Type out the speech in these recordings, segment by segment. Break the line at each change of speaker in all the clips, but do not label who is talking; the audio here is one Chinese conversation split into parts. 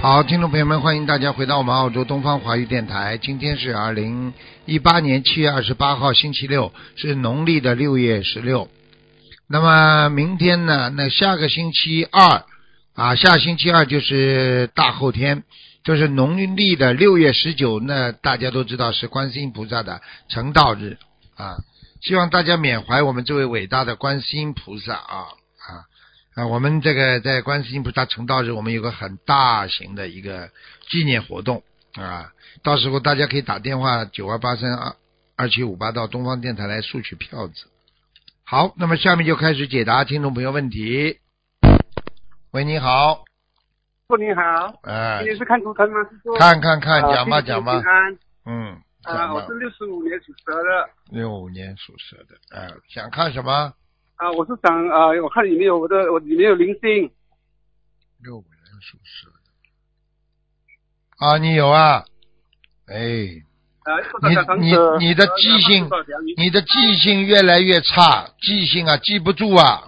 好，听众朋友们，欢迎大家回到我们澳洲东方华语电台。今天是二零一八年七月二十八号，星期六，是农历的六月十六。那么明天呢？那下个星期二啊，下星期二就是大后天，就是农历的六月十九。那大家都知道是观世音菩萨的成道日啊，希望大家缅怀我们这位伟大的观世音菩萨啊啊。啊，我们这个在观世音菩萨成道日，我们有个很大型的一个纪念活动啊，到时候大家可以打电话九二八三二二七五八到东方电台来索取票子。好，那么下面就开始解答听众朋友问题。喂，你好，
傅你好，
哎、
今天是看图腾吗？是说
看看看，
呃
讲吧
弟子
讲吧
平，安
嗯，
啊，
讲
我
吧
是。六十五年属蛇的
六五年属蛇的，哎、想看什么？
啊，我是想啊，我看里面有我的，我里面有灵性
六五年属蛇的，啊，你有啊，哎。
啊，
你你你的记性你的记性越来越差，记性啊记不住啊，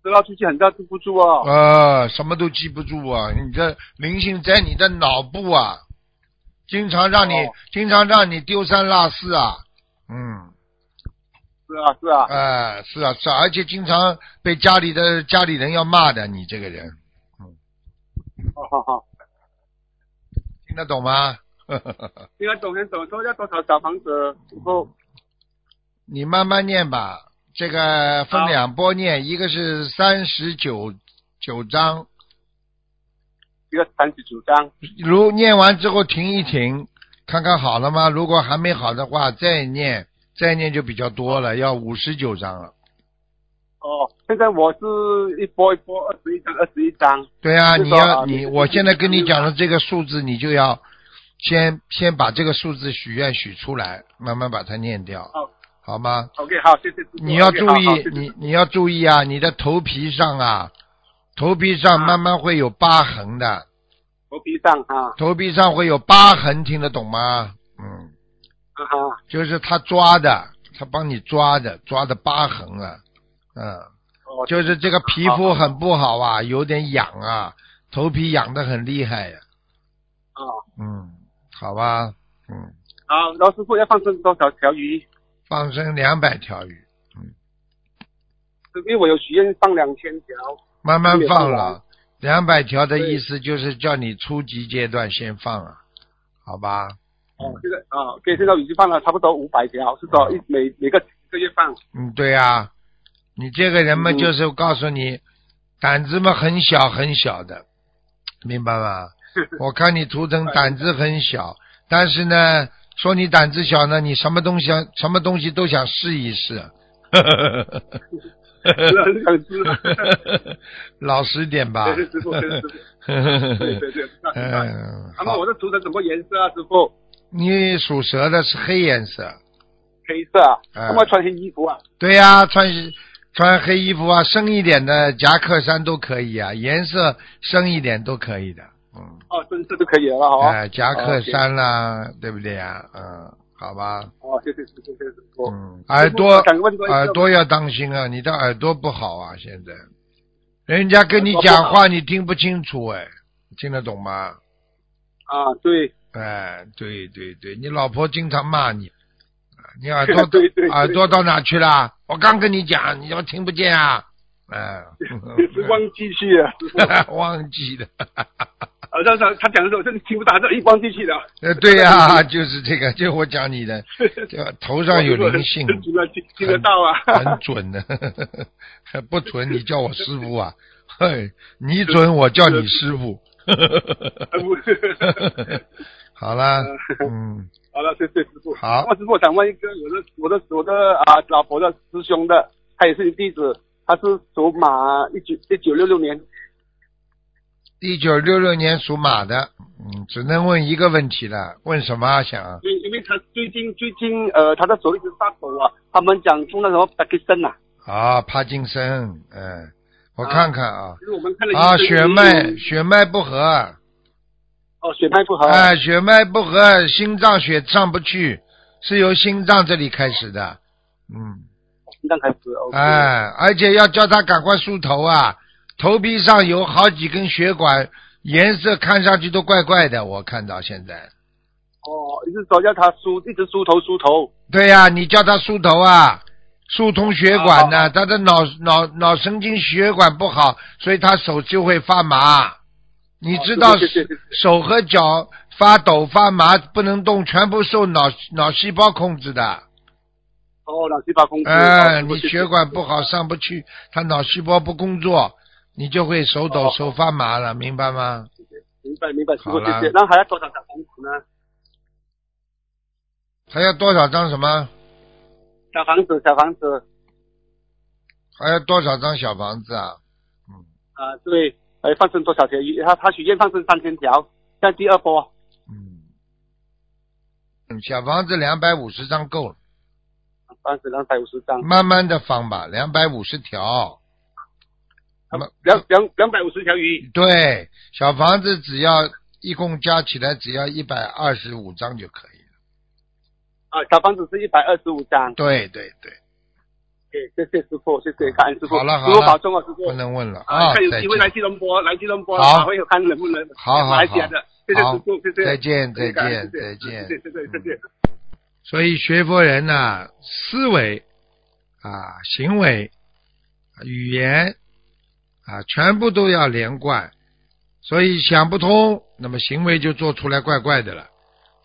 知道出去很大记不住哦，
呃，什么都记不住啊，你这灵性在你的脑部啊，经常让你、
哦
经常让你丢三落四啊，嗯，
是啊是啊，
哎、是啊是啊，而且经常被家里的家里人要骂的，你这个人
好哦好好，
听得懂吗？
应该懂很懂，说要多少小房子，以后
你慢慢念吧，这个分
好
两波念，一个是三十九九章，
一个三十九张，
如念完之后停一停，看看好了吗？如果还没好的话，再念，再念就比较多了，要五十九章了。
哦，现在我是一波一波二十一张二十一张，
对啊，
是
你
的
要
啊
你，
你
我现在跟你讲的这个数字，你就要先先把这个数字许愿许出来，慢慢把它念掉
好，
好吗？
OK 好，谢谢师傅
你要
OK，
注
好好谢
意
谢，
你你要注意啊，你的头皮上啊，头皮上
啊
慢慢会有疤痕的，
头皮上哈
头皮上会有疤痕，听得懂吗？嗯。
啊哈，
就是他抓的，他帮你抓的，抓的疤痕啊，嗯，
哦
就是这个皮肤很不好啊，有点痒啊，头皮痒的很厉害呀、
哦，
嗯，好吧，嗯，
好，啊老师傅要放生多少条鱼？
放生两百条鱼，
因为我有许愿放两千条，
慢慢放
也不
了
难，
两百条的意思就是叫你初级阶段先放啊，好吧，
哦，现在啊，对，现在已经放了差不多五百条，是
哦
说一每每个一个月 放，
嗯，对啊，你这个人嘛，
嗯
就是告诉你，胆子嘛很小很小的，明白吗？我看你图腾胆子很小，但是呢，说你胆子小呢，你什么东西啊什么东西都想试一试。
是很想吃。
老实点吧
对，。对，师傅，对 师傅，对对对，知道知道。
啊嗯，
那么
好
我，的图腾什么颜色啊，师傅？
你属蛇的是黑颜色，
黑色啊。
哎
那么穿黑衣服啊？
对呀、穿穿黑衣服啊，深一点的夹克衫都可以啊，颜色深一点都可以的。嗯。
哦，深色就可以了哦。
哎、夹克
哦，OK
衫啦，对不对呀、嗯，好吧。
哦，谢谢师傅，谢哦谢师傅。
嗯，哎耳朵
我想问多一个
耳朵要当心啊，你的耳朵不好啊，现在人家跟你
耳朵不好
讲话你听不清楚，哎，听得懂吗？
啊，对，
哎，对对对，你老婆经常骂你，啊你耳朵
对对对
耳朵到哪去了？我刚跟你讲，你怎么听不见啊？ 哎，
时光机器啊，师 傅
忘记了。
好像他他讲的时候，我真的听不到，这一光机 器的。
呃，对呀、 就是这个，就我讲你的，就头上有灵 性。
听得听得到啊。
很准的， 不准你叫我师傅啊，嘿，你准我叫你师傅。 好 啦，嗯，
好了，谢谢师傅。
好
那么师傅，我想问一个，我的我的我的啊老婆的师兄的，他也是你弟子，他是属马，一九一九六六年。
一九六六年属马的，嗯，只能问一个问题了，问什么啊想？
因因为他最近最近呃他的手一直发抖啊，他们讲中那什么 p a k i s t 啊，
啊，帕金森，嗯，我看看啊，
就是我们看了
啊，
医生
血脉血脉不和，
哦血脉不好，
哎，血脉不和，心脏血上不去，是由心脏这里开始的，嗯。
心脏开始 OK，、
哎，而且要叫他赶快梳头啊，头皮上有好几根血管颜色看上去都怪怪的，我看到现在。
哦，一直说叫他梳，一直梳头梳头。
对呀、你叫他梳头啊，疏通血管呢、他的脑脑脑神经血管不好，所以他手就会发麻。你知道
哦对对对对对
手和脚发抖发麻不能动，全部受脑脑细胞控制的。
哦，脑细胞控制。
哎、
哦
你血管不好上不去，他脑细胞不工作，你就会手抖、
哦
手发麻了，明白吗？
明白明白，师傅
好
谢
了
谢。那还要多少张房子呢？
还要多少张什么？
小房子，小房子，
还要多少张小房子啊？
啊、对，呃，放生多少条鱼？他他许愿放生三千条，在第二波。
嗯，嗯小房子两百五十张够了，
三十两百五十张，
慢慢的放吧，两百五十条。那么
两两两百五十条鱼，
对，小房子只要一共加起来只要一百二十五张就可以了。
啊，小房子是一百二十五张。
对对对，
对，谢谢师傅，谢谢感恩师傅。
好了好
师傅
了
保重啊，师傅
不。能问了
啊，
啊！
看有
再
机会来
见，
吉隆坡，来吉隆坡，
好
还会看能不能
好好
马来西亚的。谢谢师傅，谢谢。
再见再
感恩
见再
谢谢
见
谢谢谢谢谢谢。
所以学佛人呐、思维啊、行为、啊语言啊，全部都要连贯。所以想不通，那么行为就做出来怪怪的了；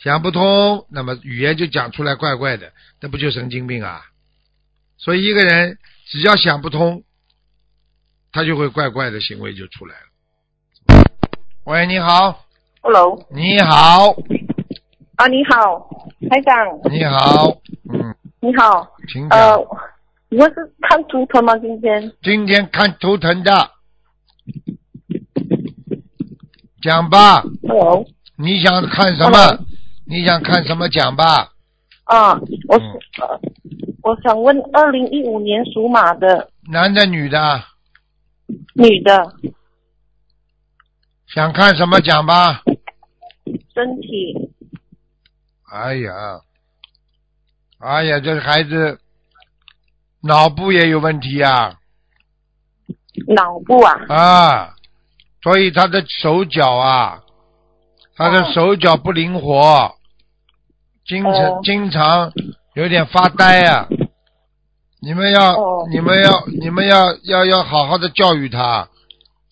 想不通，那么语言就讲出来怪怪的，那不就神经病啊？所以一个人只要想不通，他就会怪怪的行为就出来了。喂，你好，
Hello，
你好，
啊，你好，台长，
你好，嗯，
你好，
请讲。
呃，你们是看图腾吗？今天
今天看图腾的，讲吧，
，Hello，
你想看什么
好？
你想看什么讲吧？
啊，我是
嗯、
呃，我想问，二零一五年属马的
男的啊女的，
女的
想看什么讲吧？
身体，
哎呀，哎呀，这孩子脑部也有问题啊呀、
脑部啊，
啊！所以他的手脚啊，他的
哦
手脚不灵活，经常、
哦
经常有点发呆啊。你们要，
哦
你们要，你们要要要好好的教育他，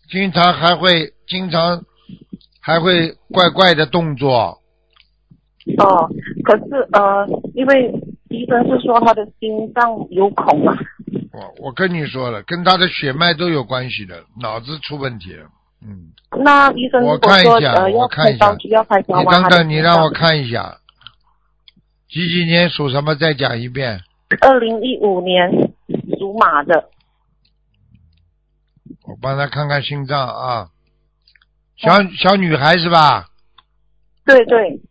经常还会经常还会怪怪的动作，
哦，可是呃，因为医生是说他的心脏有孔啊，
我我跟你说了，跟他的血脉都有关系的，脑子出问题了。嗯，
那医生
我
如果
看一
说
下
呃
我
要
看一
开
下
刀需要开刀
你
吗？
等
他的
等，你
心
让
脏
我看一下，几几年属什么？再讲一遍。
二零一五年属马的，
我帮他看看心脏啊。小小女孩是吧？
对对，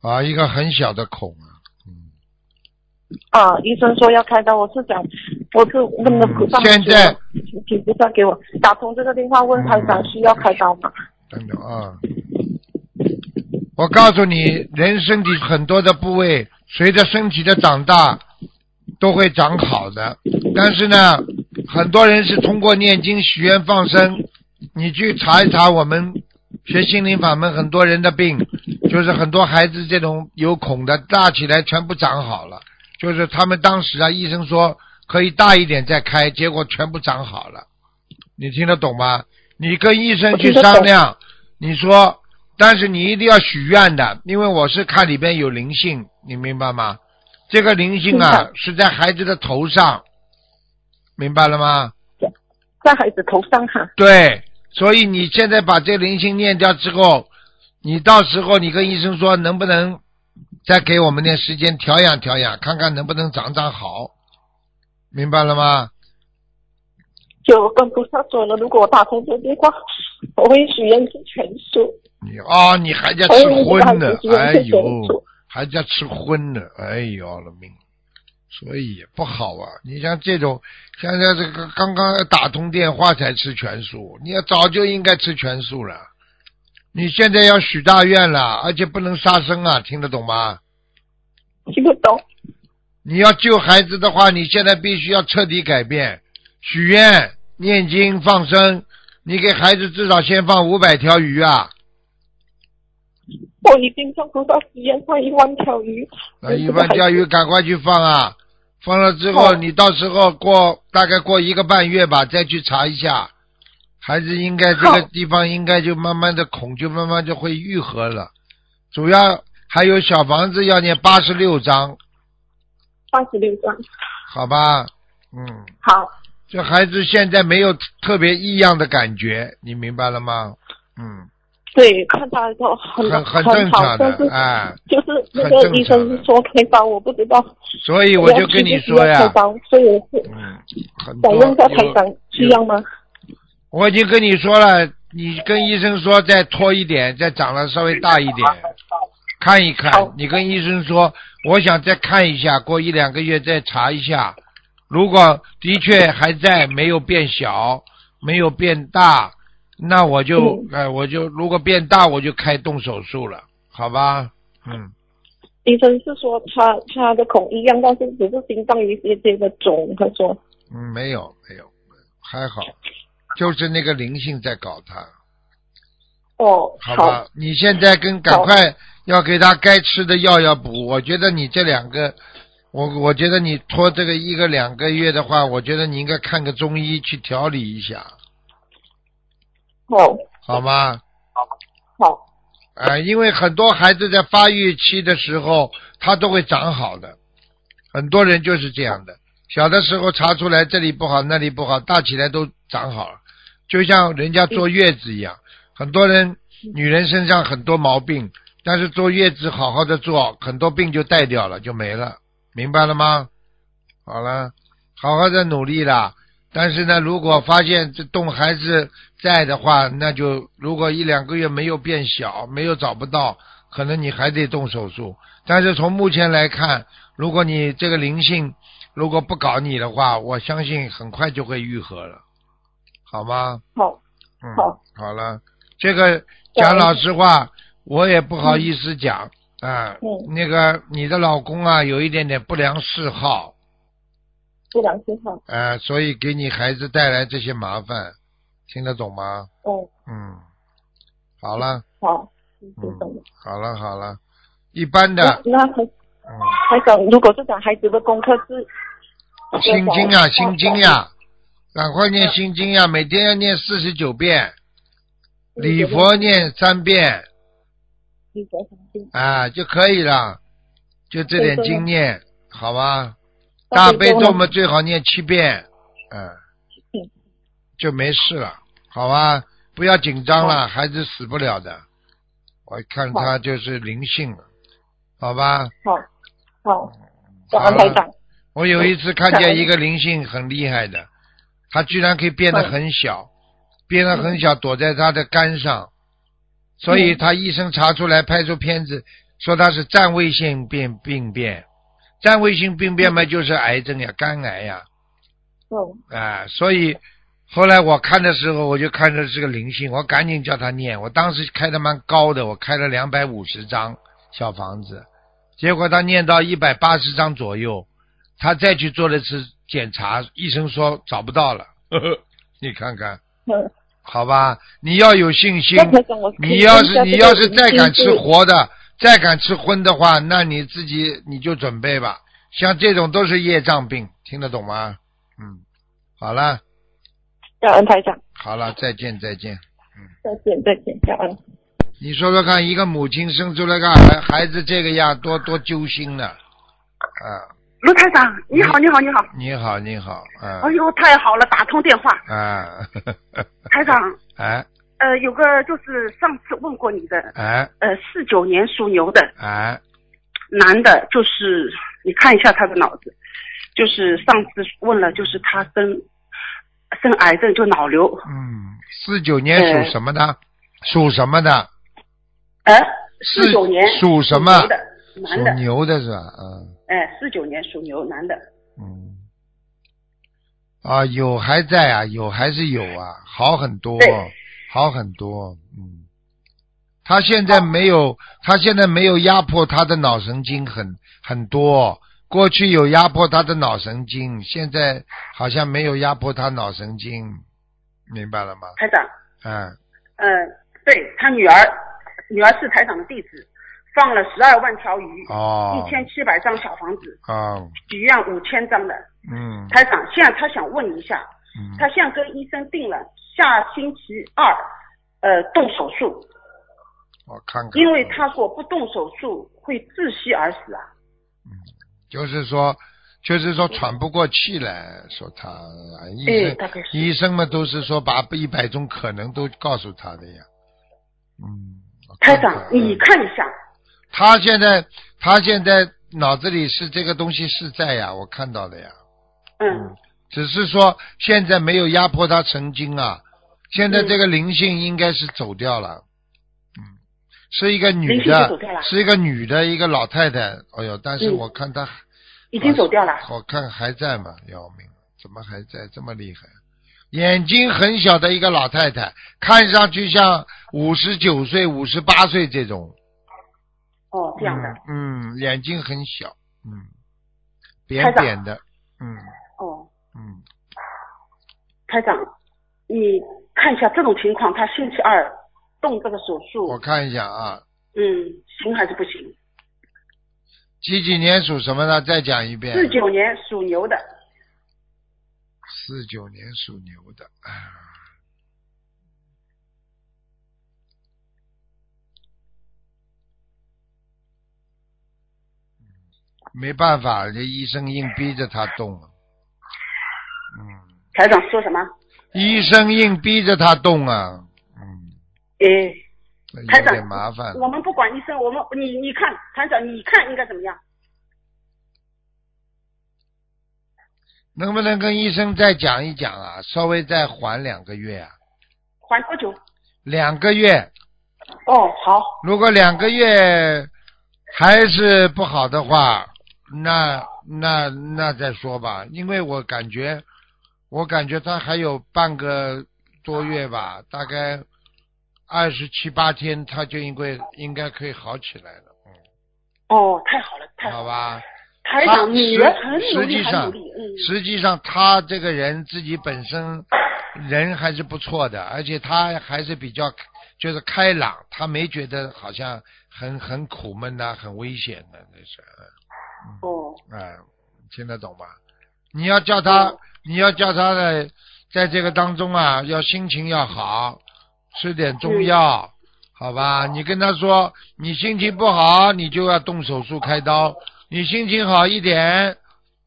啊，一个很小的孔啊。
啊，医生说要开刀，我是想，我是问了
嗯
上
现在嗯
请菩萨给我打通这个电话，问台长需要开刀吗？
等等啊！我告诉你，人身体很多的部位随着身体的长大都会长好的，但是呢，很多人是通过念经、许愿、放生。你去查一查，我们学心灵法门很多人的病，就是很多孩子这种有孔的大起来全部长好了，就是他们当时啊，医生说可以大一点再开，结果全部长好了。你听得懂吗？你跟医生去商量，你说，但是你一定要许愿的，因为我是看里边有灵性，你明白吗？这个灵性
明
啊是在孩子的头上，明白了吗？
在孩子头上哈，
对，所以你现在把这灵性念掉之后，你到时候你跟医生说能不能再给我们点时间调养调养，看看能不能长长好，明白了吗？
就跟菩萨说了，如果我打通这个电话，我会许愿是全数，
你哦，你还在
我
吃
会为
荤呢
孩子，许愿
哎
是全
呦
数。，
还在吃荤呢，哎呦了命！所以也不好啊。你像这种，现在这个刚刚打通电话才吃全素，你要早就应该吃全素了。你现在要许大愿了，而且不能杀生啊，听得懂吗？
听不懂
你要救孩子的话，你现在必须要彻底改变，许愿、念经、放生，你给孩子至少先放五百条鱼啊，
我已经上头到医院放一万条鱼。
啊一万条鱼赶快去放啊！放了之后，
哦
你到时候过大概过一个半月吧，再去查一下，孩子应该这个
好
地方应该就慢慢的孔就慢慢就会愈合了。主要还有小房子要念八十六章，
八十六张。
好吧？嗯，
好，
这孩子现在没有特别异样的感觉，你明白了吗？嗯，
对，看他都很
很
很
正常
好，但
的，
是
哎，
就是那
很
个
正
医
常
生
的
说开刀，我不知道。
所以我就跟你说
我要去就
呀
是要开，刀，所以我是
嗯，很
想
多
问一下台长
有
需要吗？
我已经跟你说了，你跟医生说再拖一点，再长得稍微大一点，看一看
好。
你跟医生说，我想再看一下，过一两个月再查一下。如果的确还在，没有变小，没有变大，那我就
嗯
哎、我就如果变大，我就开动手术了，好吧？嗯，
医生是说他他的孔一样，但是只是心脏有一些些的肿。他说
嗯，没有没有，还好，就是那个灵性在搞他。
哦，
好
好
吧，你现在跟赶快要给他该吃的药要补。我觉得你这两个，我我觉得你拖这个一个两个月的话，我觉得你应该看个中医去调理一下，
好
好吗？
好
啊，因为很多孩子在发育期的时候，他都会长好的，很多人就是这样的。小的时候查出来这里不好那里不好，大起来都长好了，就像人家坐月子一样。很多人女人身上很多毛病，但是坐月子好好的坐，很多病就带掉了，就没了，明白了吗？好了，好好的努力啦。但是呢，如果发现这洞还是在的话，那就如果一两个月没有变小，没有找不到，可能你还得动手术。但是从目前来看，如果你这个灵性如果不搞你的话，我相信很快就会愈合了，好吗？
好
嗯，
好，
了，这个
感
讲
恩
老实话，我也不好意思讲啊。
嗯
那个你的老公啊，有一点点不良嗜好，
不良信号，
啊，所以给你孩子带来这些麻烦，听得懂吗？
嗯
嗯，好了，
好，
嗯
嗯，懂了
好了，好了，一般的，
那台
嗯，
台长，如果是讲孩子的功课是
心经啊，心经呀、赶快念心经呀、每天要念四十九遍，礼佛念三遍
礼佛三遍，
啊就可以了，就这点
对对
经验，好吧？大
大
悲
悲咒呢
咒嘛，最好念七遍，嗯
嗯，
就没事了，好吧？不要紧张了，孩子死不了的。我看
好
他就是灵性了，好吧？
好好，感
好
恩台
了，
长，
我有一次看
感
见
恩
一个灵性很厉害的，他居然可以变得
嗯
很小，变得很小，躲在他的肝上，所以
嗯
他医生查出来，拍出片子说他是占位性病病变，占位性病变嘛就是癌症呀，肝癌呀。
嗯
啊，所以后来我看的时候，我就看着是个灵性，我赶紧叫他念。我当时开的蛮高的，我开了两百五十张小房子，结果他念到一百八十张左右，他再去做了次检查，医生说找不到了。 呵呵你看看，
嗯，
好吧，你要有信心
那。台长我可以
你要
问一
是
下
你
这个
要是
灵
再
性
敢吃
是
活的，再敢吃荤的话，那你自己你就准备吧。像这种都是业障病，听得懂吗？嗯，好了。
感恩台长，
好了，再见再见。
再见再见，感恩。
你说说看，一个母亲生出来个孩孩子这个样，多多揪心呢。啊，
卢台长，
嗯
你好，你好，你好！
你好你好，啊
哎呦，太好了，打通电话，
啊，
台长。
哎
呃，有个就是上次问过你的，
哎
呃，四九年属牛的
哎，
男的，就是你看一下他的脑子，就是上次问了，就是他生生癌症就脑瘤，
嗯，四九年属什么的？属什么的？
呃，
是
四九年
属什么
牛的男
属
的，
牛的是吧？嗯
哎，四九年属牛男的，
嗯。啊，有还在啊，有还是有啊，好很多
对，
好很多，嗯。他现在没有，他现在没有压迫他的脑神经很很多，过去有压迫他的脑神经，现在好像没有压迫他脑神经，明白了吗？
台长，
嗯，
嗯、对他女儿，女儿是台长的弟子，放了十二万条鱼，
哦
一，千七百张小房子，
哦，
许愿五千张的。
嗯，
台长，现在他想问一下，
嗯，
他现在跟医生定了下星期二，呃，动手术，
我看看，
因为他说不动手术会窒息而死啊。
就是说，就是说喘不过气来，说他哎医
对，
生
嗯大概是。
医生们都是说把一百种可能都告诉他的呀。嗯，我
台
看
长
看，
你看一下，
他现在他现在脑子里是这个东西是在呀，我看到了呀。
嗯，
只是说现在没有压迫他神经啊，现
嗯
在这个灵性应该是走掉了，嗯，是一个女
灵性
的
是走掉了，
是一个女的，一个老太太，哎呦，但是
嗯
我看她
已经走掉了。
我看还在嘛，要命，怎么还在这么厉害？眼睛很小的一个老太太，看上去像五十九岁、五十八岁这种，
哦，这样的。
嗯，嗯，眼睛很小，嗯，
台
扁
长
扁的，嗯
哦，
嗯，
台长，你看一下这种情况，他星期二动这个手
我
术，
看一下啊，
嗯，行还是不行？
几几年属什么呢？再讲一遍。
四九年属牛的，
四九年属牛的。啊嗯没办法，这医生硬逼着他动啊，嗯，
台长说什么？
医生硬逼着他动啊，嗯，
诶，台
有
长
点麻烦。
哎我们不管医生，我们你你看，台长你看应该怎么样？
能不能跟医生再讲一讲啊？稍微再缓两个月啊，
还多久？
两个月，
哦，好，
如果两个月还是不好的话，那那那再说吧，因为我感觉我感觉他还有半个多月吧，大概二十七八天，他就应该应该可以好起来了，
哦，太好了，太
嗯，
好
好
了。
吧？
台长，
他
女
实
人很努
实际
力，很
上
努力，嗯，
实际上他这个人自己本身人还是不错的，而且他还是比较就是开朗，他没觉得好像很很苦闷呐、很危险的那是，
哦，
哎，听得懂吗？你要叫他，
嗯
你要叫他在在这个当中啊，要心情要好，吃点中
嗯
药，好吧？你跟他说，你心情不好，你就要动手术开刀；你心情好一点，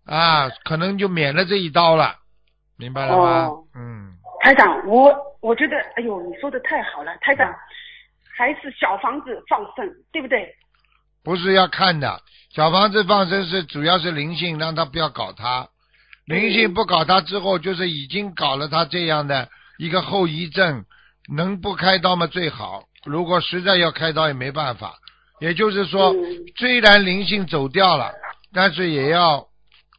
啊，可能就免了这一刀了，明白了吗？
哦
嗯，
台长，我我觉得，哎呦，你说的太好了，台长，还是小房子放生，对不对？
不是要看的，小房子放生是主要是灵性，让他不要搞他。灵性不搞他之后，就是已经搞了他这样的一个后遗症，能不开刀吗？最好。如果实在要开刀也没办法。也就是说，
嗯
虽然灵性走掉了，但是也要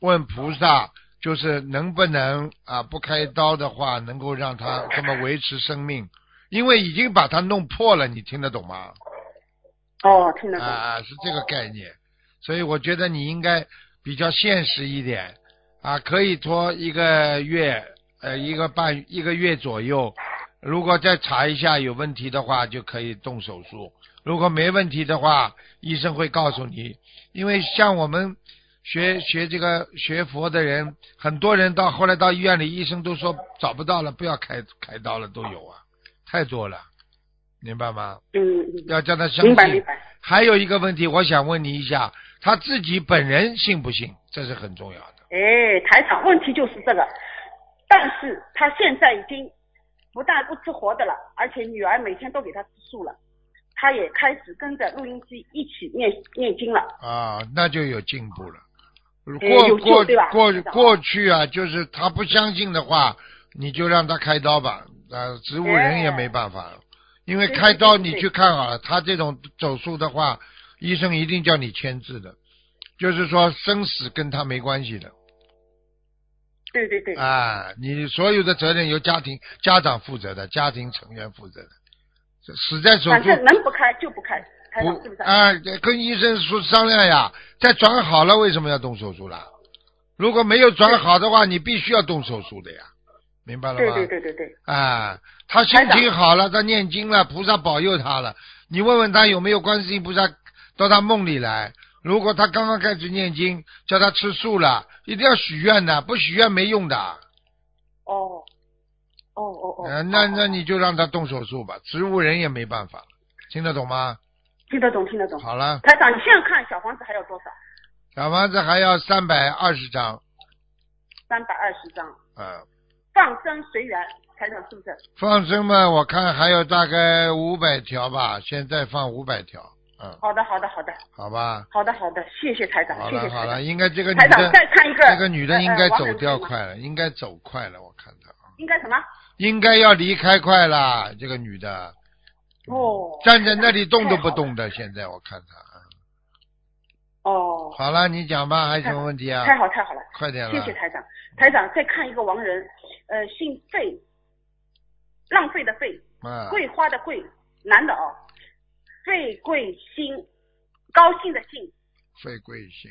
问菩萨，就是能不能啊不开刀的话，能够让他这么维持生命，因为已经把它弄破了，你听得懂吗？
哦，听得懂。
啊啊，是这个概念。所以我觉得你应该比较现实一点啊，可以拖一个月，呃，一个半一个月左右。如果再查一下有问题的话，就可以动手术；如果没问题的话，医生会告诉你。因为像我们学学这个学佛的人，很多人到后来到医院里，医生都说找不到了，不要开开刀了，都有啊，太多了，明白吗？
嗯，
要叫他相
明白
信
明。白。
还有一个问题，我想问你一下，他自己本人信不信？这是很重要的。
哎，台长，问题就是这个，但是他现在已经不但不吃活的了，而且女儿每天都给他吃素了，他也开始跟着录音机一起念念经了。
啊，那就有进步了。
呃
过
有救
过
对吧
过
台长
过去啊，就是他不相信的话，你就让他开刀吧。啊，植物人也
哎
没办法，因为
对
开
对
刀
对
你
对
去看好了，他这种手术的话，医生一定叫你签字的，就是说生死跟他没关系的
对对对，
啊，你所有的责任由家庭家长负责的，家庭成员负责的，死在手
反
术
正能不开就不开，台长是不
不
是？
啊，跟医生说商量呀，再转好了为什么要动手术啦？如果没有转好的话，你必须要动手术的呀，明白了
对
吗？
对对对对，
啊，他心情好了，他念经了，菩萨保佑他了。你问问他有没有观世音菩萨到他梦里来？如果他刚刚开始念经，叫他吃素了，一定要许愿的，不许愿没用的。
哦，哦哦哦，
呃，那
哦
那你就让他动手术吧，植物人也没办法，听得懂吗？
听得懂听得懂。
好了，
台长，你现在看小房子还有多少？
小房子还要三百二十张，
三百二十张，
啊，
放生随缘，台长是不是？
放生嘛，我看还有大概五百条吧，现在放五百条，嗯，
好的好的好的
好吧，
好的好的，谢谢台长
好，
谢谢
了
台
好
长
了，。应该这个女
台长
的，
再看一个，
这个女的应该
呃呃
走掉，
王仁志吗
快了，应该走快了，我看她啊
应该什么？
应该要离开快了，这个女的
哦，
嗯站在那里动都不动的，现在我看她啊。
哦，
好了，你讲吧，还有什么问题啊？
太好太好了，
快点了，
谢谢台长。台长再看一个亡人，呃，姓费，浪费的费，
啊，
桂花的桂，男的哦，费桂兴，高兴的兴，
费贵心。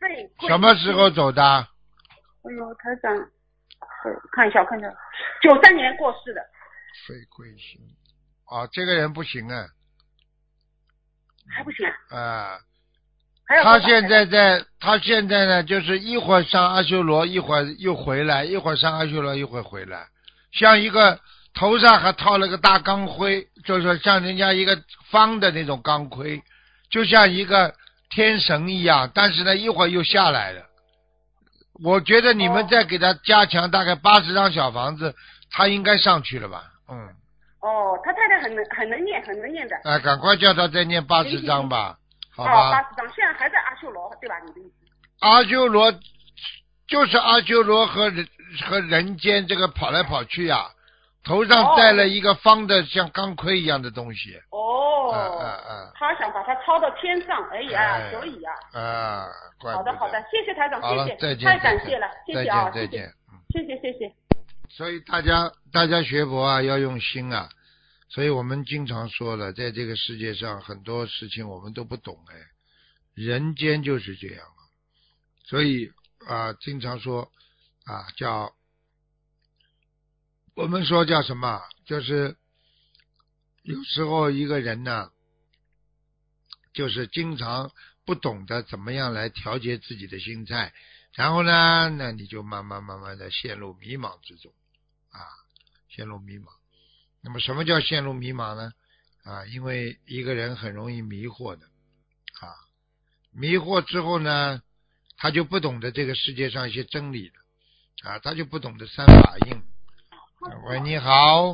费桂兴
什么时候？走的？
哎呦，台长，呃看一下，我看一下，九三年过世的，
费贵心。哦，这个人不行啊
还不行啊，
啊！
还有
他
多少
现在在，他现在呢，就是一会儿上阿修罗，一会儿又回来，一会儿上阿修罗，一会儿回来，像一个头上还套了个大钢盔，就是说像人家一个方的那种钢盔，就像一个天神一样，但是呢，一会儿又下来了。我觉得你们
哦
再给他加强大概八十张小房子，他应该上去了吧？嗯。
哦，他太太很能很能念，很能念的。
哎，赶快叫他再念八十章吧，好
哦，八
吧？
十张，现在还在阿修罗，对吧？你的意思？
阿修罗就是阿修罗和人和人间这个跑来跑去呀、头上戴了一个方的像钢盔一样的东西，
哦，
啊啊
他想把它抄到天上，哎
哎
呀，所以啊，
啊啊！怪
好
不得
的好的，，谢谢台长，
好了
谢，
再
谢，
见，
太感谢了，谢
再
谢
见
啊，
再
谢
见
谢，。谢谢谢谢。
所以大家大家学佛啊，要用心啊。所以我们经常说了，在这个世界上很多事情我们都不懂哎，人间就是这样啊。所以啊、经常说啊，叫我们说叫什么？就是有时候一个人呢，就是经常不懂得怎么样来调节自己的心态，然后呢，那你就慢慢慢慢的陷入迷茫之中啊，陷入迷茫。那么什么叫陷入迷茫呢？啊，因为一个人很容易迷惑的啊，迷惑之后呢，他就不懂得这个世界上一些真理了啊，他就不懂得三法印。啊喂，你好，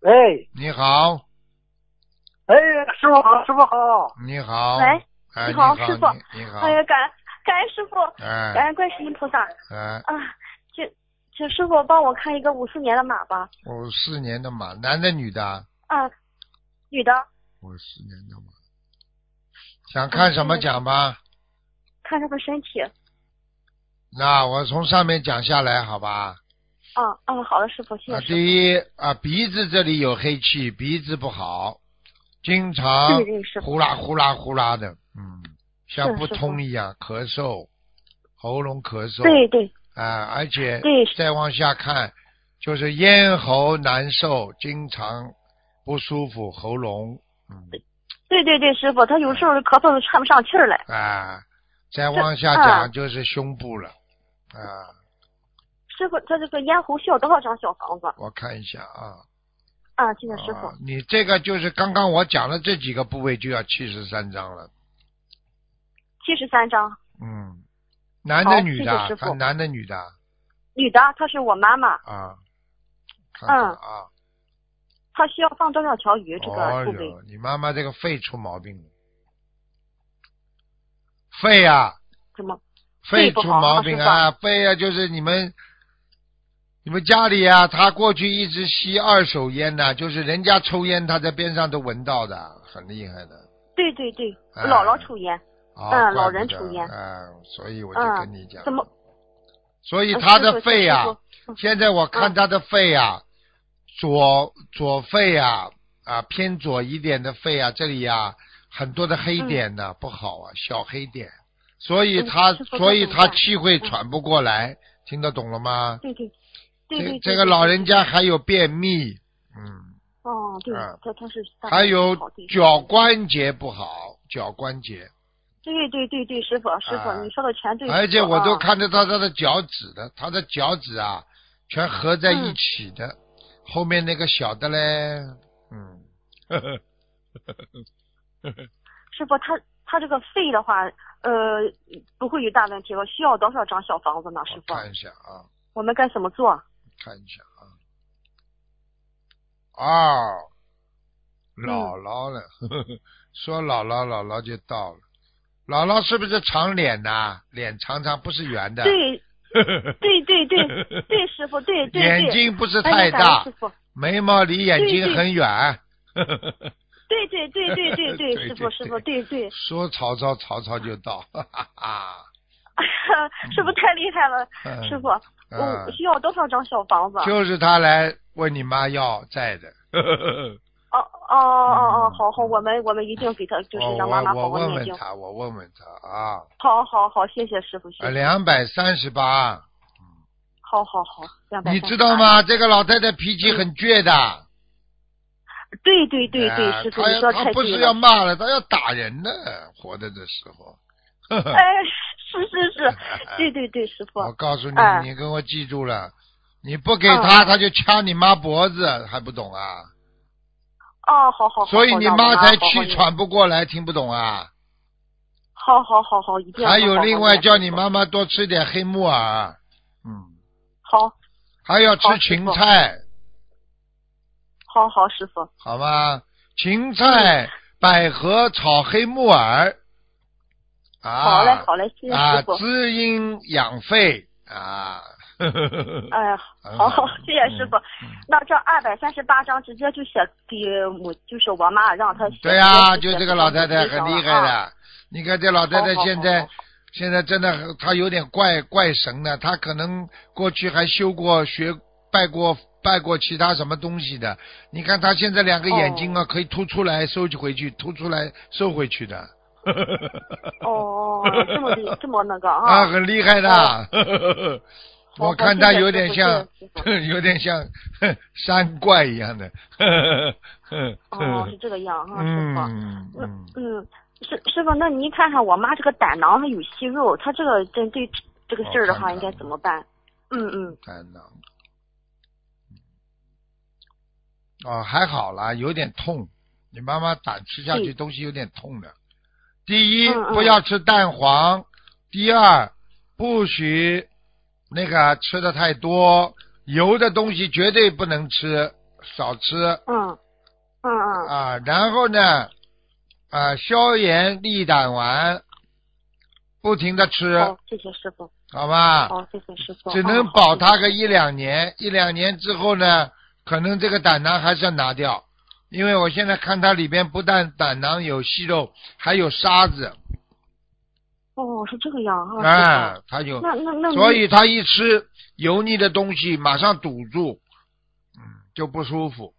喂，
你好，
哎，师傅好，师傅好，
你好，
喂，
哎，
你
好，
好师傅
你，你好，
哎呀，感恩感恩师傅，感
哎
恩观世音菩萨
哎，
啊！请请师傅帮我看一个五四年的马吧，
五四年的马，男的女的啊？
啊，女的，
我是年的嘛，想看什
嗯
么讲吧？
看她的身体。
那我从上面讲下来，好吧？
啊啊，好的，师傅，谢
啊
谢，师
第一啊，鼻子这里有黑气，鼻子不好，经常
对对是
呼啦呼啦呼啦的，嗯，像
是
不
是
通一样，咳嗽，喉咙咳嗽，
傅。对对
啊，而且
对是
再往下看，就是咽喉难受，经常不舒服，喉咙，嗯，
对对对，师傅，她有时候咳嗽都喘不上气儿来。
啊，再往下
啊
讲就是胸部了，啊，
师傅，她这个咽喉需要多少张小房子？
我看一下啊，
啊，谢谢师傅
啊。你这个就是刚刚我讲的这几个部位就要七十三张了，
七十三张，
嗯，男的
好
女的
谢谢
啊，
师傅
看男的女的啊
女的，她是我妈妈，
啊，看看
嗯
啊，
她需要放多少条鱼？这
哦
个部位
哟，你妈妈这个肺出毛病了，肺啊，
怎么？
肺
肺不
出
好
毛
啊
病
是吧
啊，肺啊，就是你们你们家里啊，他过去一直吸二手烟呐、就是人家抽烟，他在边上都闻到的，很厉害的。
对对对，
哎
姥姥抽烟。
啊、
嗯
怪
老
不
人
得
抽烟
嗯，所以我就跟你
嗯
讲，，
怎么？
所以
呃
他
师
的
傅
肺啊
师，傅嗯
现在我看
嗯
他的肺啊，左左肺啊啊偏左一点的肺啊，这里啊很多的黑点呢、不好啊，小黑点，所以
嗯
他
师傅
所
再
以
等一
他
下
气会
嗯
喘不过来，听得懂了吗？
对对，
对对对
这这个老人家还有便秘，嗯，
哦，对
啊，
他他是大
还有
好对
脚关节不好，脚关节，
对对对对，师傅师
啊
傅，你说的全对。
而且
师傅
我都
啊
看得到他的脚趾的，他的脚趾啊，全合在
嗯
一起的，后面那个小的嘞，嗯，呵呵
师傅，他他这个肺的话，呃，不会有大问题吧？需要多少张小房子呢，师
我
傅？
看一下啊，
我们该怎么
哎
做？
看一下啊，啊，
嗯
姥姥了，呵呵 说姥姥姥姥就到了，姥姥是不是长脸呐、脸长长不是圆的，
对对对对对，师傅，对对对。
眼睛不是
哎呀
太
感恩
大
师，傅，
眉毛离眼
对
睛
对
很远。呵呵呵
对对对对
对
对对，师
对
傅师傅，对对，
说曹操，曹操就到， 哈哈哈。
师傅太厉害了，
嗯
师傅，
嗯
我需要多少张小房子？
就是他来问你妈要债的。呵呵呵
哦哦哦哦，好好，我们我们一定给他，就是
我
让妈妈
嗯哦我我
好好
问
念
问
经。
他，我问问他啊，
好好好，谢谢师傅，谢
呃，
谢。
两百三十八。
好好好，两百。
你知道？吗？这个老太太脾气很倔的。
对对对对，
哎
师傅，
她
你
要
说
她
太
不
对
是要
了。
骂了，她要打人的，活着的时候。呵呵
哎，是 是是，对对对，师傅。
我告诉你，
哎
你给我记住了，你不给她，
嗯
她就掐你妈脖子，还不懂啊？
哦，好好好。
所以你
好让我
妈才
好好
气
念。
喘不过来，听不懂啊？
好好好好，一定要。
还有另外叫你
们。
妈妈多吃点黑木耳，嗯，
好，
还要吃
好师
芹
傅
菜，
好好，师傅。
好吗？芹菜、百合炒黑木耳，啊，
好嘞，好嘞，谢谢
啊
师，傅。
滋阴养肺啊，呵呵呵呵
哎呀，
很
好，谢谢师傅。
嗯嗯
那这二百三十八章直接就写给母，就是我妈，让她写。
对呀、
直接
就这
写给
个
她
老太太
母亲
很
上
厉
了
害
啊。
的。你看这老太太
好好
现
好
在
好，
现在真的她有点怪怪神的，她可能过去还修过学拜过拜过其他什么东西的。你看她现在两个眼
哦
睛啊，可以凸出来收回去，凸出来收回去的。
哦，这么厉，这么那个
啊，
啊。
很厉害的。
哦
我
好
看他有点像
谢谢师，
有点像山怪一样的。
哦，是这个样啊，师傅。
嗯嗯，
嗯，师师傅，那您看看我妈这个胆囊还有息肉，她这个针对这个事儿的
我
话，
看看
应该怎么办？嗯嗯，
胆囊。哦，还好啦，有点痛。你妈妈胆吃下去
嗯
东西有点痛的。第一，
嗯嗯
不要吃蛋黄；第二，不许那个吃的太多，油的东西绝对不能吃，少吃。
嗯嗯嗯，
啊，然后呢，啊，消炎利胆丸，不停的吃，
好，谢谢师傅，
好吧？
好，谢谢师傅，
只
哦
能
好
保
谢谢
他个一两年，一两年之后呢，可能这个胆囊还是要拿掉，因为我现在看它里边不但胆囊有息肉，还有沙子，
哦，是这个样啊，
啊
师，
它有
傅，那那那
所
您
以他一吃油腻的东西，马上堵住，嗯，就不舒服，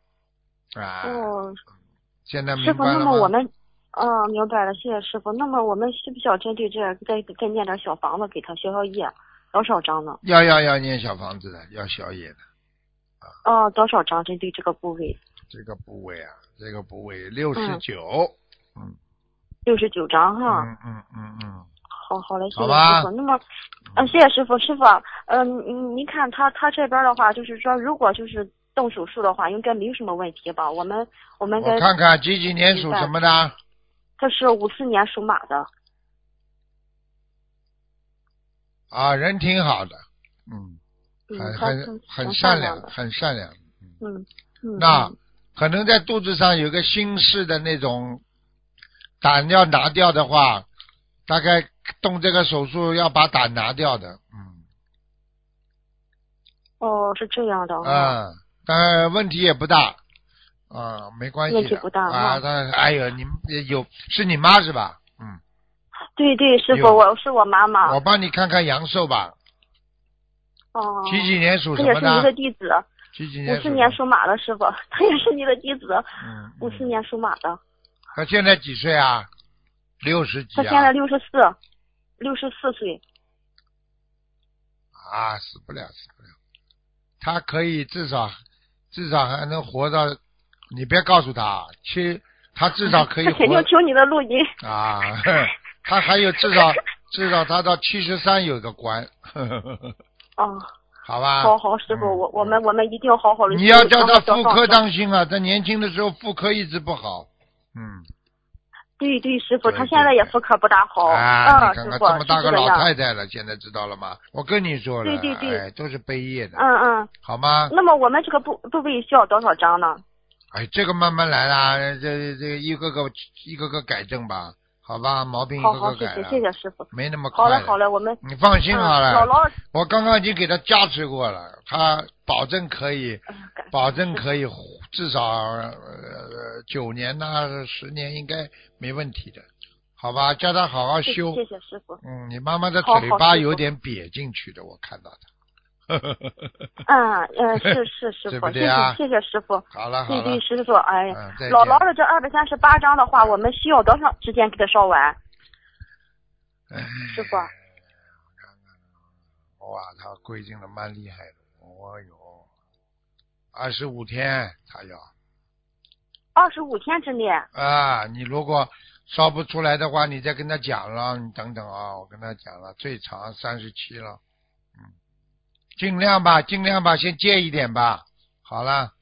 啊，
哦，
现在明
师傅，
白
那
了
么
吗？
我们。啊、明白了，谢谢师傅。那么我们需不需要针对这再再念点小房子给他消消业？多少张呢？
要要要念小房子的，要小野的。
哦、多少张针对这个部位？
这个部位啊，这个部位六十九，
六十九张哈。
嗯嗯嗯嗯，
好好嘞，谢谢
好
师
吧
傅。那么，嗯、谢谢师傅，师傅，嗯、嗯，您看他他这边的话，就是说，如果就是动手术的话，应该没什么问题吧？我们我们该
我看看几几年属什么的，
他是五四年属马的，
啊，人挺好的，嗯，
嗯，
很
他
很很善
善
良，
的，
很善良。
嗯嗯。
那
嗯
可能在肚子上有个心事的那种胆要拿掉的话，大概动这个手术要把胆拿掉的，嗯
哦，是这样的啊。
啊，但问题也不大。啊，没关系的，
问题不大
啊。
哈
但哎呦，你们有是你妈是吧？嗯，
对对，师傅，
有啊
我是我妈妈。
我帮你看看阳寿吧，
哦。
几几年属
他
什
也
么
是您的
的？
弟子，
几几
五
年？
四年。属马的师傅，他也是您的弟子，
嗯。
五四
嗯。
年属马的，
他现在几岁啊？六十几
他
啊？
现在六十四，六十四岁。
啊，死不了，死不了。他可以至少至少还能活到，你别告诉他，啊去他至少可以
他肯
活
定听你的录音。
啊，他还有至少至少他到七十三有个关，
哦，
好吧？
好好，师傅，
嗯
我我们我们一定好好的。
你要叫他
好好
妇
地放
科
松
当心啊，他年轻的时候妇科一直不好，嗯。
对对，师傅，
对
他
对
现在也
对
妇科不大好。
啊，
嗯，
你看看
师傅
这么
是
大个
这
老
样。
太太了，现在知道了吗？我跟你说了，
对对对
哎，都是悲业的，
嗯 嗯，
好吗？
那么我们这个部部位需要多少张呢？
哎，这个慢慢来啦，这这个一个个一个个改正吧，好吧，毛病一
好
个
好，
个
谢
嗯改
谢
了，
谢谢师傅。
没那么
好
快
嘞
的
好嘞，我们
你放心好
嗯
了，
老老实
我刚刚已经给他加持过了，他保证可以，
哎感
保证可以，至少呃九年呐、十年应该没问题的，好吧？叫他好好
谢
修。
谢谢师傅。
嗯，你妈妈的
好
嘴
好
巴
师
有
傅
点瘪进去的，我看到的。
嗯嗯，是是师
对
傅，
不
谢
对啊
谢谢谢师傅。
好了好
对
了
对，，师傅，哎
嗯，再，见
老老的这二百三十八张的话，我们需要多长时间给他烧完？
哎
师傅，
哇，他规定的蛮厉害的，哦哟，二十五天他要
二十五天之内，
啊，你如果烧不出来的话，你再跟他讲了，你等等啊，我跟他讲了，最长三十七了，嗯，尽量吧，尽量吧，先借一点吧，好了，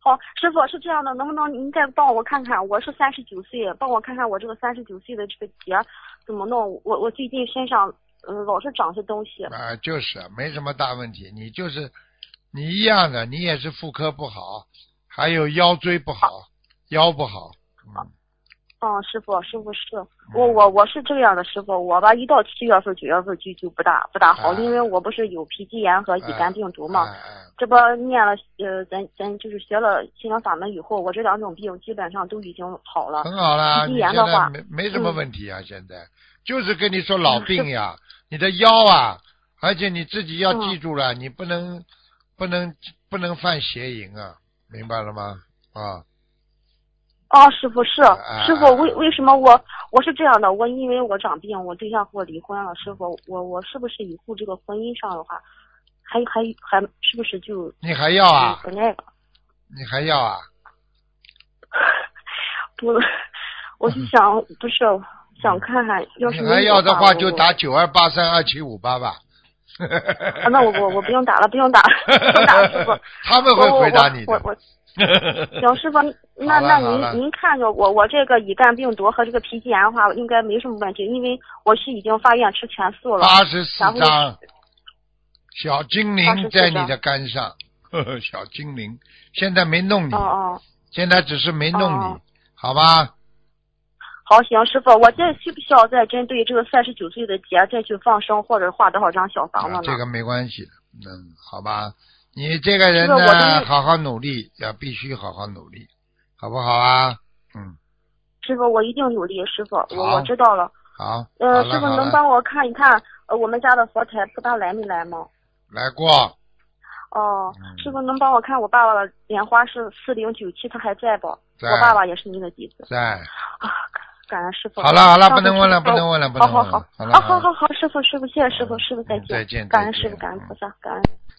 好，师傅是这样的，能不能您再帮我看看？我是三十九岁，帮我看看我这个三十九岁的这个结儿怎么弄？我我最近身上嗯、呃老是长些东西。
啊、就是没什么大问题，你就是你一样的，你也是妇科不好，还有腰椎不好，腰不好，嗯，
嗯，师傅，师傅是我我我是这样的，师傅，我吧一到七月份九月份就就不大不大好，
啊
因为我不是有脾肌炎和乙
啊
肝病毒嘛。
哎哎
这不念了，呃，咱咱就是学了心灵法门以后，我这两种病基本上都已经好了。
很好啦，
皮
你
肌
现
炎的
在
话嗯
没没什么问题啊，现在就是跟你说老病呀，你的腰啊，而且你自己
嗯
要记住了，你不能不能不能犯邪淫啊，明白了吗？啊，
哦，师傅是
啊
师傅，为为什么我我是这样的？我因为我长病，我对象和我离婚了。师傅，我我是不是以后这个婚姻上的话，还还还是不是就
你还要啊，
不那个？嗯
你还要啊，
不，我
嗯
就想不是想看看，要
你
是
还
没
嗯
有
哎要的
话
话就
我
打九二八三二七五八吧。
啊，那我我我不用打了，不用打了，不用打了， 师傅。
他们会回答你
我
的
我。我我 行，师傅，那
好了
那
好了
您您看着我，我这个乙肝病毒和这个脾肌炎的话，应该没什么问题，因为我是已经发愿吃全素了。
八十四
然后
张，小精灵
84
在你
张
的肝上， 呵呵，小精灵现在没弄你，
哦哦，
现在只是没弄你，
哦
好吧？
好，行，师傅，我这需不需要再针对这个三十九岁的节再去放生或者画多少张小房
啊
子
这
呢？
个没关系的，嗯，好吧。你这个人
是我真
呢，
是
好好努力，要必须好好努力，好不好啊？嗯，
师傅，我一定努力，师傅，我
好
我知道了。
好。好
呃，
了
师傅
好
能
了
帮我看一看呃我们家的佛台菩萨来没来吗？
来过？
哦
嗯，
师傅能帮我看我爸爸的莲花是四零九七，他还在不？
在
我爸爸也是您的弟子
在。
啊，感恩师傅。
好了好了，不
上次
能问了，
师傅
不能问了，不
好
能
哦好
问
好
了。，了，
啊
好
好好好，师傅师傅，谢谢师傅，师傅再见，
嗯再见
感恩
再
师傅，
见
感恩菩萨，感恩。